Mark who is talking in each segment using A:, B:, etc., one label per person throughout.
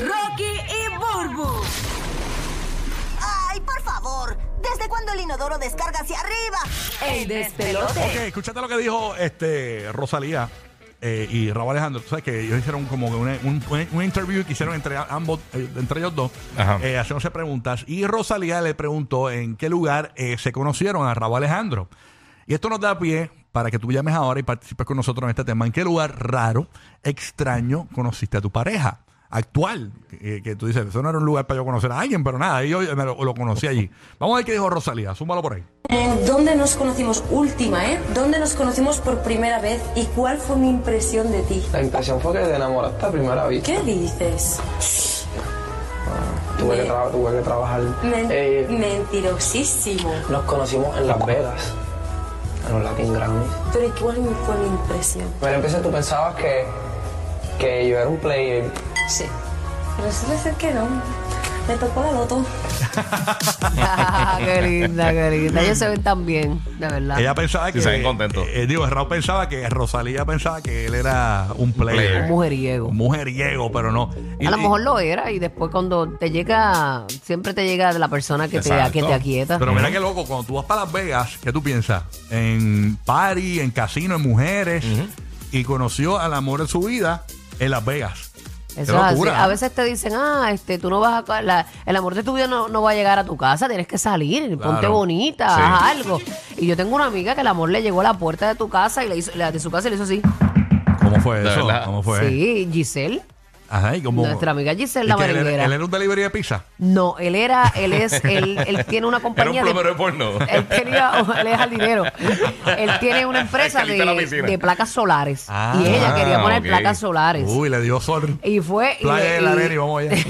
A: Rocky y Burbu.
B: ¡Ay, por favor! ¿Desde cuándo el inodoro descarga hacia arriba?
A: El
C: Ok,
A: despelote.
C: escúchate lo que dijo este Rosalía eh, y Raúl Alejandro. Tú sabes que ellos hicieron como que una- un, un, un interview que hicieron entre a- ambos, eh, entre ellos dos,
D: Ajá.
C: eh, haciéndose preguntas. Y Rosalía le preguntó en qué lugar eh, se conocieron a Raúl Alejandro. Y esto nos da pie para que tú llames ahora y participes con nosotros en este tema. ¿En qué lugar raro, extraño, conociste a tu pareja? actual, eh, que tú dices, eso no era un lugar para yo conocer a alguien, pero nada, yo eh, me lo, lo conocí allí. Vamos a ver qué dijo Rosalía, súmalo por ahí.
E: ¿Dónde nos conocimos última, eh? ¿Dónde nos conocimos por primera vez y cuál fue mi impresión de ti?
F: La impresión fue que te enamoraste a primera vista.
E: ¿Qué dices?
F: Tuve, que
E: Me-
F: tra- tuve que trabajar.
E: Men-
F: Eh,
E: mentirosísimo.
F: nos conocimos en Las Vegas, en los Latin Grammys.
E: Pero ¿y cuál fue mi impresión?
F: Pero empecé, tú pensabas que, que yo era un player.
E: Sí. Resulta ser que no. Me tocó la loto.
G: qué linda, qué linda. Ellos se ven tan bien, de verdad.
C: Ella pensaba que.
D: se ven contentos.
C: eh, eh, digo, Raúl pensaba que Rosalía pensaba que él era un player.
D: player.
G: Un mujeriego.
C: Un mujeriego, pero no. Y-
G: A lo
C: y-
G: mejor lo era y después cuando te llega, siempre te llega de la persona que, te,
D: Exacto.
G: que te aquieta.
C: Pero mira qué loco, cuando tú vas para Las Vegas, ¿qué tú piensas? En party, en casino, en mujeres. Y conoció al amor de su vida en Las Vegas. Qué
G: Eso es así.
C: locura.
G: A veces te dicen, ah, este, tú no vas a, la- el amor de tu vida no, no va a llegar a tu casa, tienes que salir, ponte bonita,
D: Sí.
G: haz algo. Y yo tengo una amiga que el amor le llegó a la puerta de tu casa y le hizo, la de su casa y le hizo así.
C: ¿Cómo fue
D: De
C: eso?
D: verdad.
C: ¿Cómo fue?
G: Sí, Giselle.
C: Ajá, y como-
G: Nuestra amiga Giselle
C: ¿Y
G: la
C: que él, era,
G: merenguera.
C: él era un delivery de pizza.
G: No, él era, él es, él, él tiene una
D: Era un
G: compañía.
D: plomero
G: de,
D: de porno.
G: él tenía, él es jardinero. Él tiene una empresa
D: Escalita en la
G: de,
D: piscina.
G: de placas solares.
C: Ah,
G: y ella quería poner
D: ok.
G: placas solares.
C: Uy, le dio sol.
G: Pues Y fue. y-
C: Playa de la
G: y-
C: arena y vamos allá.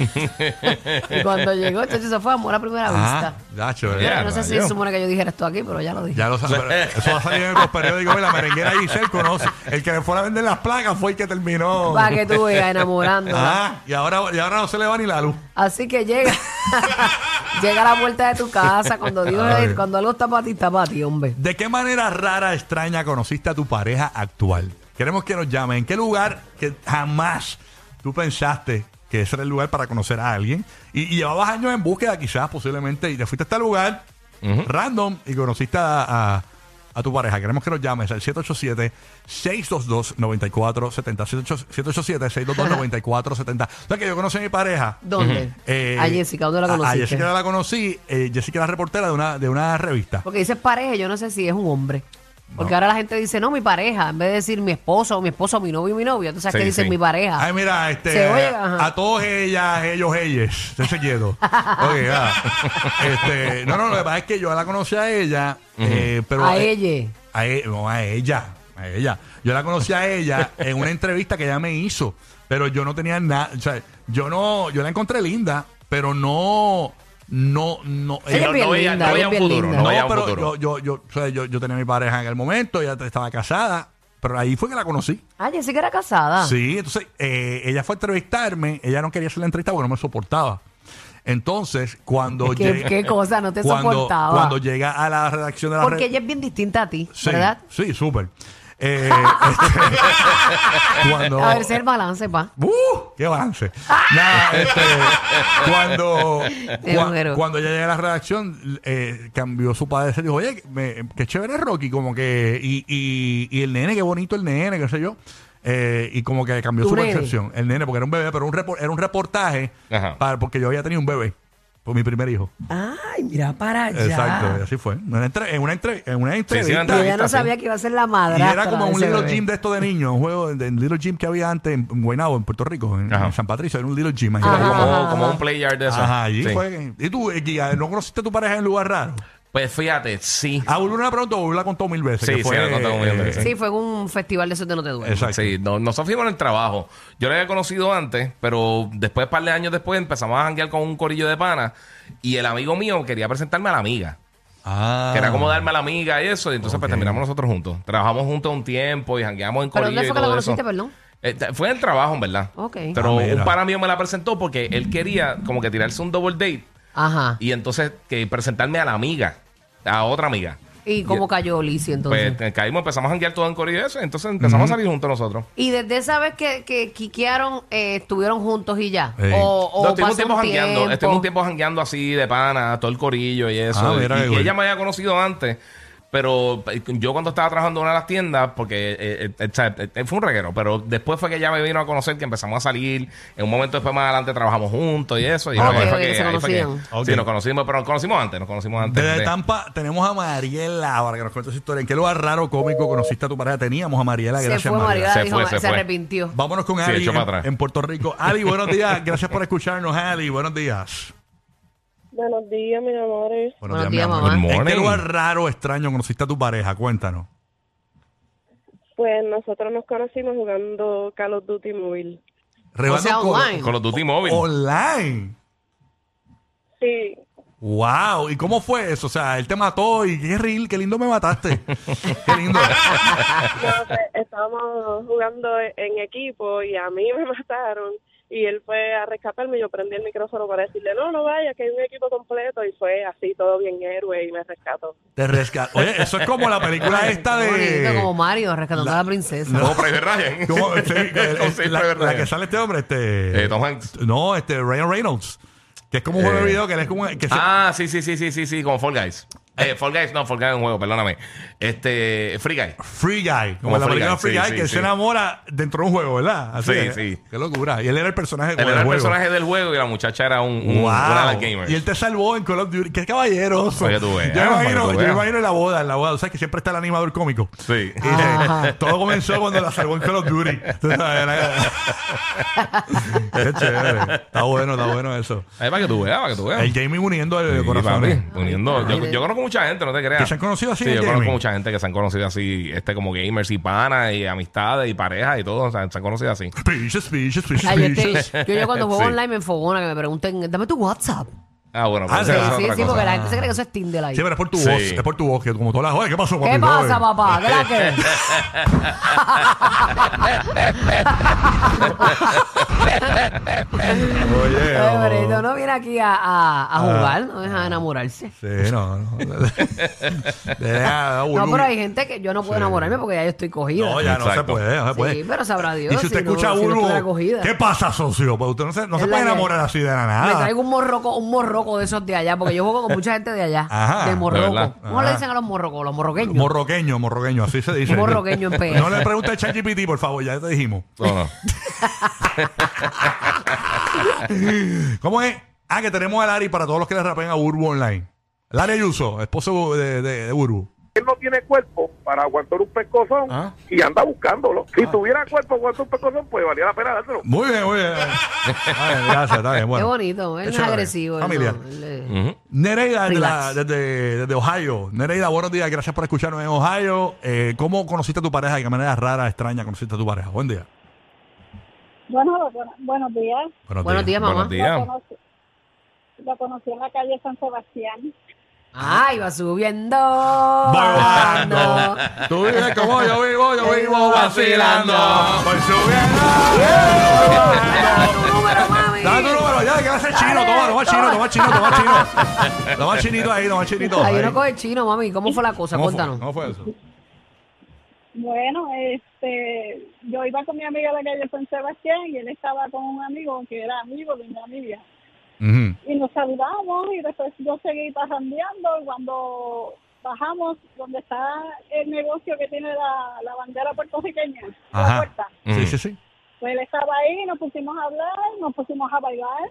G: y cuando llegó, entonces se fue amor a primera
C: Ah,
G: vista.
C: gacho, ¿verdad?
G: Bueno, no sé
D: rayos.
G: si se supone que yo dijera esto aquí, pero ya lo dije.
C: Ya lo sabes. pero Eso va a salir en los periódicos. y La merenguera Giselle conoce. El que le fue a vender las placas fue el que terminó.
G: Para que tú veas enamorándola.
C: Ah, y ahora, y ahora no se le va ni la luz.
G: Así que llega. llega a la puerta de tu casa. Cuando Dios,
C: Ay.
G: cuando algo está para ti, está para ti, hombre.
C: ¿De qué manera rara, extraña conociste a tu pareja actual? Queremos que nos llame. ¿En qué lugar que jamás tú pensaste que ese era el lugar para conocer a alguien? Y, y llevabas años en búsqueda, quizás, posiblemente, y te fuiste a este lugar random y conociste a, a- a tu pareja. Queremos que nos llames al 787-622-9470. 787-622-9470. ¿Sabes que yo conocí a mi pareja?
G: ¿Dónde?
C: Eh,
G: a Jessica, ¿dónde la
C: a- A
G: conociste?
C: Jessica la conocí. eh, Jessica era reportera de una, de una revista.
G: Porque dices pareja, yo no sé si es un hombre. Porque ahora la gente dice, no, mi pareja, en vez de decir mi esposo, mi esposo, mi novio, mi novio, tú sabes
D: Sí,
G: que dicen
D: sí.
G: mi pareja.
C: Ay, mira, este.
G: Ah. Se oye, ajá.
C: a todos ellas, ellos, ellas. Te quieto. Oye, nada. Este, no, no, lo que pasa es que yo la conocí a ella, eh, pero.
G: a ella.
C: A, e- no, a ella. A ella. Yo la conocí a ella en una entrevista que ella me hizo, pero yo no tenía nada. O sea, yo no. Yo la encontré linda, pero no. No, no.
G: Ella es bien
D: veía-
G: linda, ella
D: veía
G: es
D: un
G: bien
D: futuro,
G: linda.
D: no
C: No,
D: veía un
C: pero
D: futuro.
C: yo, yo, yo, o sea, yo, yo tenía mi pareja en aquel momento, ella estaba casada, pero ahí fue que la conocí.
G: Ah, Jessica era casada.
C: Sí, entonces eh, ella fue a entrevistarme, ella no quería hacer la entrevista porque no me soportaba. Entonces, cuando
G: ¿Qué-
C: llega-
G: qué cosa? No te
C: cuando-
G: soportaba.
C: Cuando llega a la redacción de la
G: Porque
C: red-
G: ella es bien distinta a ti,
C: Sí,
G: ¿verdad?
C: Sí, súper. Eh, este, cuando,
G: A ver, ese es el balance, pa.
C: ¡Uh! ¡Qué balance! Nada, este, cuando,
G: Te
C: cua-
G: muero.
C: cuando ya llegué a la redacción, eh, cambió su padre. Se dijo, oye, me- qué chévere es Rocky, como que. Y, y, y el nene, qué bonito el nene, qué sé yo. Eh, y como que cambió
G: ¿Tu
C: su
G: nene?
C: percepción. El nene, porque era un bebé, pero un repor- era un reportaje
D: Ajá.
C: para, porque yo había tenido un bebé. Por mi primer hijo.
D: Ay, mira para allá.
C: Exacto, y así fue. En una, entre- en una, entre- en una
F: Sí, sí,
C: entrevista.
F: una
G: Y ella no
F: Está
G: sabía que iba a ser la madre.
C: Y era como un Little Gym de esto de niños, un juego de, de Little Gym que había antes en Guaynabo, en Puerto Rico, en,
F: Ajá.
C: en San Patricio, era un Little Gym.
F: Como,
C: imagínate.
F: como- como un player de eso.
C: Ajá, allí
F: Sí.
C: fue. ¿Y tú, eh, Guía, no conociste a tu pareja en un lugar raro?
F: Pues fíjate, sí.
C: A Ulula pronto, Ulula la contó mil veces.
F: Sí,
C: que
F: sí,
C: fue,
F: la contó mil
C: eh,
F: veces.
G: Sí, fue en un festival de esos de No Te Duermes.
C: Exacto.
F: Sí, no, nosotros fuimos en el trabajo. Yo la había conocido antes, pero después, un par de años después, empezamos a janguear con un corillo de pana. Y el amigo mío quería presentarme a la amiga.
C: Ah.
F: Que era como darme a la amiga y eso. Y entonces, pues
C: Ok.
F: terminamos nosotros juntos. Trabajamos juntos un tiempo y jangueamos en
G: ¿Pero
F: corillo
G: dónde fue
F: y
G: que la
F: todo
G: conociste,
F: eso.
G: perdón?
F: Eh, t- fue en el trabajo, en verdad.
G: Ok.
F: Pero
C: Ah, mira.
F: un pana mío me la presentó porque él quería como que tirarse un double date
G: Ajá.
F: y entonces que presentarme a la amiga, a otra amiga.
G: ¿Y cómo cayó Lisi entonces?
F: Pues eh, caímos, empezamos a janguear todo en corillo y eso. Entonces empezamos a salir juntos nosotros.
G: y desde esa vez que, que quiquearon, eh, estuvieron juntos y ya.
C: Sí.
G: O, o
F: no, estuvimos un
G: Oh, pasó
F: tiempo jangueando,
G: tiempo.
F: estuvimos un tiempo jangueando así de pana, todo el corillo y eso.
C: Ah,
F: Y-
C: mira,
F: y
C: qué cool.
F: ella me había conocido antes, pero eh, yo cuando estaba trabajando en una de las tiendas, porque eh, eh, o sea, eh, fue un reguero, pero después fue que ella me vino a conocer, que empezamos a salir, en un momento después más adelante trabajamos juntos y eso. Y
G: Ah, Ok,
F: ahí fue
G: ok, que se
F: ahí fue que-
G: conocían.
C: Ok.
F: Sí, nos conocimos, pero nos conocimos antes, nos conocimos antes.
C: Desde
F: de-
C: Tampa tenemos a Mariela para que nos cuente su historia. ¿En qué lugar raro cómico conociste a tu pareja? Teníamos a Mariela,
G: Se
C: gracias
G: fue Mariela,
F: Se
G: dijo,
F: fue,
G: se,
F: se fue.
G: arrepintió.
C: Vámonos con
F: Sí,
C: Ali
F: echó
C: en,
F: para atrás.
C: en Puerto Rico. Ali, buenos días. Gracias por escucharnos, Ali. Buenos días.
H: Buenos días, mis amores.
G: Buenos días,
C: mi amor.
G: mamá.
F: Good
C: ¿En qué
F: morning.
C: lugar raro, extraño conociste a tu pareja? Cuéntanos.
H: Pues nosotros nos conocimos jugando Call of Duty Mobile.
G: O sea,
C: co-
G: online.
F: Con los Duty Móvil.
C: Oh, Online.
H: Sí,
C: Wow, ¿y cómo fue eso? O sea, él te mató y qué real, qué lindo me mataste. qué lindo.
H: no, pues, estábamos jugando en equipo y a mí me mataron. Y él fue a rescatarme y yo prendí el micrófono para decirle, no, no vaya, que hay un equipo completo. Y fue así, todo bien héroe y me rescató.
C: Te rescató. Oye, eso es como la película esta
G: Qué bonito, como
C: de.
G: Mario rescatando a la princesa.
C: No.
F: Como Private Ryan.
C: ¿Cómo? Sí, el- el-
F: Como sí,
C: la,
F: Private
C: la
F: Ryan.
C: que sale este hombre, este.
F: Eh, Tom Hanks.
C: No, este, Ryan Reynolds. Que es como un juego de
F: Eh.
C: video que él es como. Que se-
F: Ah, sí, sí, sí, sí, sí, sí, como Fall Guys. Eh, Fall Guys, no, Fall Guys es un juego, perdóname. Este, Free Guy.
C: Free Guy. Como,
F: Como
C: la
F: Free
C: película
F: Guy,
C: Free
F: sí,
C: Guy,
F: sí,
C: que él
F: sí.
C: se enamora dentro de un juego, ¿verdad? Así
F: Sí,
C: es.
F: sí.
C: Qué locura. Y él era el personaje
F: Él
C: del
F: era el
C: juego.
F: personaje del juego y la muchacha era un, un
C: Wow.
F: una de las gamers.
C: Y él te salvó en Call of Duty. Qué caballeroso.
F: Para que tú veas,
C: yo, me
F: para que
C: imagino,
F: tú
C: yo
F: veas.
C: me imagino en la boda, en la boda. O sea, que siempre está el animador cómico.
F: Sí.
C: Y, eh, todo comenzó cuando la salvó en Call of Duty. Tú sabes, era- Qué chévere. Está bueno, está bueno eso.
F: Ahí para que tú veas, para que tú veas.
C: El gaming uniendo el
F: Sí,
C: corazón.
F: papi, uniendo. Yo, yo conozco mucha gente, no te creas.
C: ¿Que se han conocido así
F: Sí,
C: en
F: yo
C: gaming?
F: conozco mucha gente que se han conocido así, este como gamers y panas y amistades y parejas y todo. O sea, se han conocido así.
C: Piches, piches, piches,
G: Ay, yo, te-
C: piches.
G: yo- yo cuando juego
F: Sí.
G: online me enfogona que me pregunten, dame tu WhatsApp.
F: Ah, bueno,
C: Ah,
F: pues eso
C: sí,
F: es
G: sí,
F: otra
G: sí,
F: cosa.
G: porque la gente se cree que eso es Tinder ahí.
C: Sí, pero es por tu
F: Sí.
C: voz. Es por tu voz. Que como todas las horas. ¿Qué pasó, papi?
G: ¿Qué pasa,
C: Joder.
G: papá? ¿Qué la que?
C: Oye.
G: Ay,
C: no.
G: Brito, no viene aquí a, a- a jugar, no
F: Ah.
G: es a enamorarse.
C: Sí, no, no. Deja,
G: No,
C: Ulu.
G: pero hay gente que yo no puedo
C: Sí.
G: enamorarme porque ya yo estoy cogida.
C: No, ya no se
F: Exacto.
C: puede, no se
G: Sí,
C: puede.
G: pero sabrá Dios
C: Y si usted
G: si no-
C: escucha a
G: si no
C: Ulu,
G: estuviera cogida.
C: ¿qué pasa, socio? Pues usted no se, no se
G: Es la
C: puede
G: que-
C: enamorar así de la
G: Me
C: nada.
G: traigo un morroco, un morroco de esos de allá, porque yo juego con mucha gente de allá.
C: Ajá,
G: de
C: de
G: morroco.
F: verdad.
G: ¿Cómo le
C: Ajá.
G: dicen a los morrocos? Los morroqueños.
C: Morroqueño, morroqueño, así se dice.
G: Morroqueño en PS.
C: No le pregunte a ChatGPT, por favor, ya te dijimos.
F: No, no.
C: ¿Cómo es? Ah, que tenemos a Lari para todos los que le rapen a Urbu Online. Lari Ayuso, esposo de, de, de Urbu.
H: Él no tiene cuerpo para aguantar un pescozón
C: Ah.
H: y anda buscándolo. Si tuviera cuerpo para aguantar un pescozón, pues valía la pena dárselo.
C: Muy bien, muy bien. Vale, gracias, está bien, bueno.
G: Qué bonito, él no es
C: Chévere.
G: agresivo. él
C: Familia.
G: no, él es-
F: Ujú.
C: Nereida desde, la-
G: Relax.
C: desde- desde Ohio. Nereida, buenos días. Gracias por escucharnos en Ohio. Eh, ¿Cómo conociste a tu pareja? ¿De qué manera rara, extraña conociste a tu pareja? Buen día.
H: Bueno, buenos días.
G: Buenos días, mamá.
F: Buenos días.
H: Lo conocí en la calle San Sebastián.
G: Ay, va subiendo.
C: Bailando.
G: bajando.
C: Tú vives como yo vivo, yo vivo vacilando.
G: vacilando.
C: Voy subiendo.
G: Tu número, mami.
C: Dame tu número, ya, que va a ser chino. Toma, toma chino, toma chino, toma chino. Toma chinito ahí, toma chinito.
G: Ahí
C: ahí.
G: uno coge chino, mami. ¿Cómo fue la cosa?
C: ¿Cómo fue?
G: Cuéntanos.
C: ¿Cómo fue eso?
H: Bueno, este, yo iba con mi amiga a la calle San Sebastián y él estaba con un amigo que era amigo de mi amiga.
C: Ujú.
H: Y nos saludamos y después yo seguí parrandeando y cuando bajamos donde está el negocio que tiene la, la bandera puertorriqueña, la
C: Ajá.
H: puerta,
C: Sí, sí, sí.
H: pues él estaba ahí, nos pusimos a hablar, nos pusimos a bailar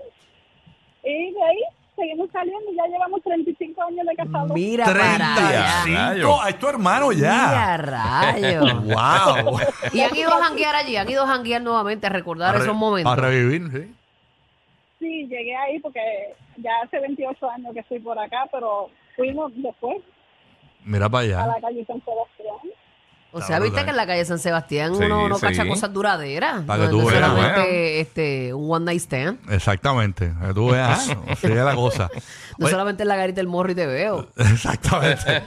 H: y de ahí
I: seguimos saliendo y ya llevamos 35 años de casados.
G: Mira para allá.
C: 35 a tu hermano
G: Mira,
C: ya.
G: rayos.
C: wow.
G: Y han ido a janguear allí, han ido a janguear nuevamente a recordar
C: A re-
G: esos momentos.
C: A revivir, sí.
I: Sí, llegué ahí porque ya hace 28 años que estoy por acá, pero fuimos después
C: Mira para
I: a
C: allá.
I: la calle San Sebastián.
G: O sea, viste que en la calle San Sebastián
C: Sí,
G: uno no
C: sí.
G: cacha cosas duraderas.
C: Para que
G: No
C: tú
G: no
C: veas.
G: solamente este, un one night stand.
C: Exactamente. Para que Tú veas, ah, así es la cosa.
G: No solamente en la garita del morro y te veo.
C: Exactamente.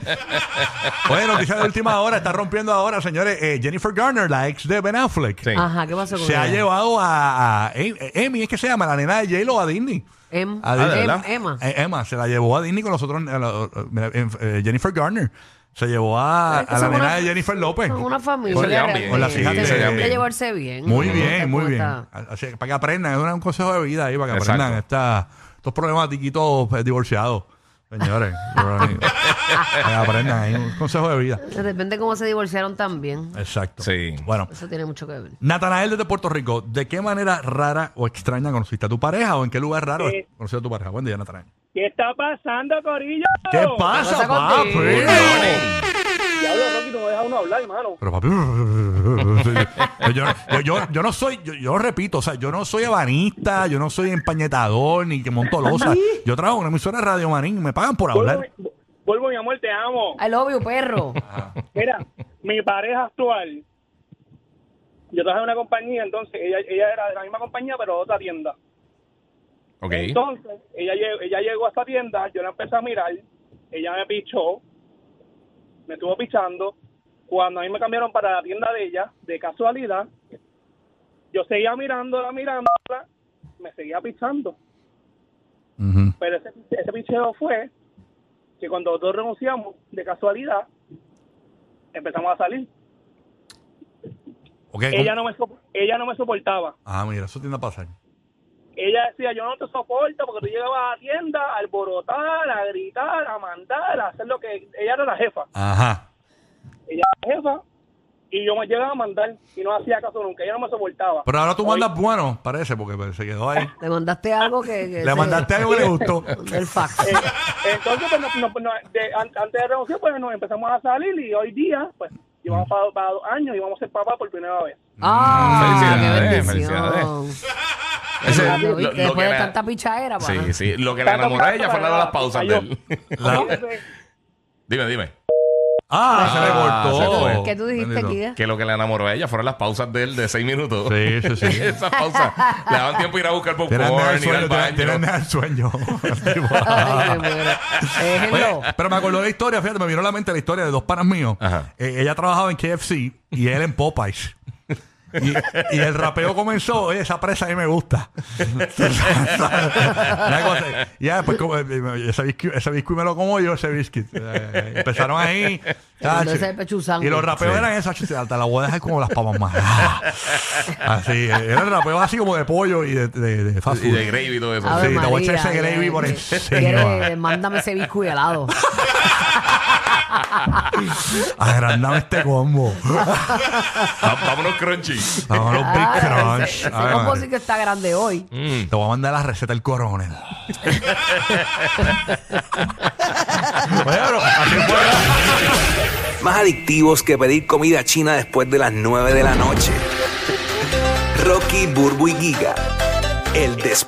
C: Bueno, quizás de última hora está rompiendo ahora, señores. eh, Jennifer Garner, la ex de Ben Affleck.
G: Ajá, ¿qué pasó con
C: Se ha
G: ella?
C: llevado a, a- em- Emmy, es que se llama la nena de J-Lo a Disney.
G: Em-
C: A Disney.
G: Em- Emma.
C: Eh, Emma se la llevó a Disney con nosotros. a la- mira, em- eh, Jennifer Garner se llevó a,
G: Es que
C: a la
G: son
C: nena
G: una-
C: de Jennifer López.
G: Son una familia.
C: Con,
G: Re-
C: con las hijas
G: Tienen
C: de-
G: que llevarse bien.
C: Muy
G: ¿no?
C: bien,
G: Esta
C: muy bien.
G: cuota.
C: Así que para que aprendan, es un consejo de vida ahí, para que
F: Exacto.
C: aprendan esta- estos problematiquitos eh, divorciados, señores. para que aprendan ahí, un consejo de vida.
G: De repente cómo se divorciaron también.
C: Exacto. Sí. Bueno,
G: Eso tiene mucho que ver.
C: Natanael desde Puerto Rico, ¿de qué manera rara o extraña conociste a tu pareja o en qué lugar raro
J: Sí.
C: conociste a tu pareja? Buen día, Natanael.
J: ¿Qué está pasando, Corillo?
C: ¿Qué pasa, ¿Qué pasa papi? contigo?
J: Diablo, Rocky, no me deja uno hablar, hermano.
C: Pero papi, yo, yo- yo- yo no soy, yo, yo repito, o sea, yo no soy ebanista, yo no soy empañetador ni que monto losa. Yo trabajo en una emisora de Radio Marín, me pagan por hablar.
J: Vuelvo, mi amor, te amo.
G: Al obvio, perro.
J: Mira, mi pareja actual, yo trabajaba en una compañía, entonces ella, ella era de la misma compañía, pero de otra tienda.
F: Ok.
J: Entonces, ella, lle- ella llegó a esta tienda, yo la empecé a mirar, ella me pichó, me estuvo pichando. Cuando a mí me cambiaron para la tienda de ella, de casualidad, yo seguía mirándola, mirándola, me seguía pichando. Pero ese, ese picheo fue que cuando nosotros renunciamos, de casualidad, empezamos a salir.
C: Ok, ¿cómo?
J: Ella no, me, sop- ella no me soportaba.
C: Ah, mira, eso tiende a pasar.
J: Ella decía, yo no te soporto porque tú llegabas a la tienda a alborotar, a gritar, a mandar, a hacer lo que... Ella era la jefa.
C: Ajá.
J: Ella era la jefa y yo me llegaba a mandar y no hacía caso nunca. Ella no me soportaba.
C: Pero ahora tú mandas bueno, parece, porque pues, se quedó ahí.
G: Le mandaste algo que.
C: Le
G: que se-
C: mandaste algo que le gustó.
G: El fax.
J: Eh, entonces, pues, no- no- no- de- an- antes de renunciar, pues nos empezamos a salir y hoy día, pues, llevamos para, para dos años y vamos a ser papá por primera vez.
G: Ah, qué
F: Felicidades,
G: bendición.
F: felicidades. Ese-
G: Ya te
F: lo- lo
G: viste,
F: que
G: Después de
F: la-
G: tanta pichadera, pana.
F: Sí, sí. Lo que la enamoró a ella fue la de las pausas de él. Dime, dime.
C: Ah, se le cortó.
F: se fue.
G: ¿Qué tú dijiste,
F: Bendito.
G: Kia?
F: Que lo que la enamoró a ella fueron las pausas de él de seis minutos.
C: Sí, sí, sí.
F: Esas pausas. Le daban tiempo a ir a buscar popcorn,
C: Tiene andar el
F: ir
C: sueño,
F: al
C: tiene-
F: baño.
C: tiene andar el sueño.
G: Ay, Eh, me muero.
C: Oye, Pues, pero me acordó la historia, fíjate, me vino a la mente la historia de dos panas míos. Eh, ella trabajaba en KFC y él en Popeyes. Y, y el rapeo comenzó, oye, esa presa a mí me gusta. Una cosa, y ya después, como, eh, eh, ese biscuit, ese biscuit me lo como yo, ese biscuit. Eh, empezaron ahí.
G: Cuando
C: chacho.
G: ese pechuzango.
C: y los rapeos
G: Sí.
C: eran esos, chacho, te la voy a dejar como las papas más. Ah. Así, eh, eran rapeos así como de pollo y de, de, de fast
F: Y
C: food.
F: de gravy y todo eso.
G: Ave
C: Sí, te voy a
G: María, eh,
C: echar ese
G: ya,
C: gravy por
G: ya.
C: encima.
G: Quiere- eh, Mándame ese biscuit helado.
C: Agrandame este combo.
F: Va- Vámonos crunchy.
C: Vámonos, Big
G: Ah,
C: Crunch.
G: Ese, ese
C: Ay,
G: combo
C: madre.
G: sí que está grande hoy.
C: Mm. Te voy a mandar la receta del coronel. Oye, pero así fue.
K: Más adictivos que pedir comida china después de las 9 de la noche. Rocky, Burbu y Giga. El despelote.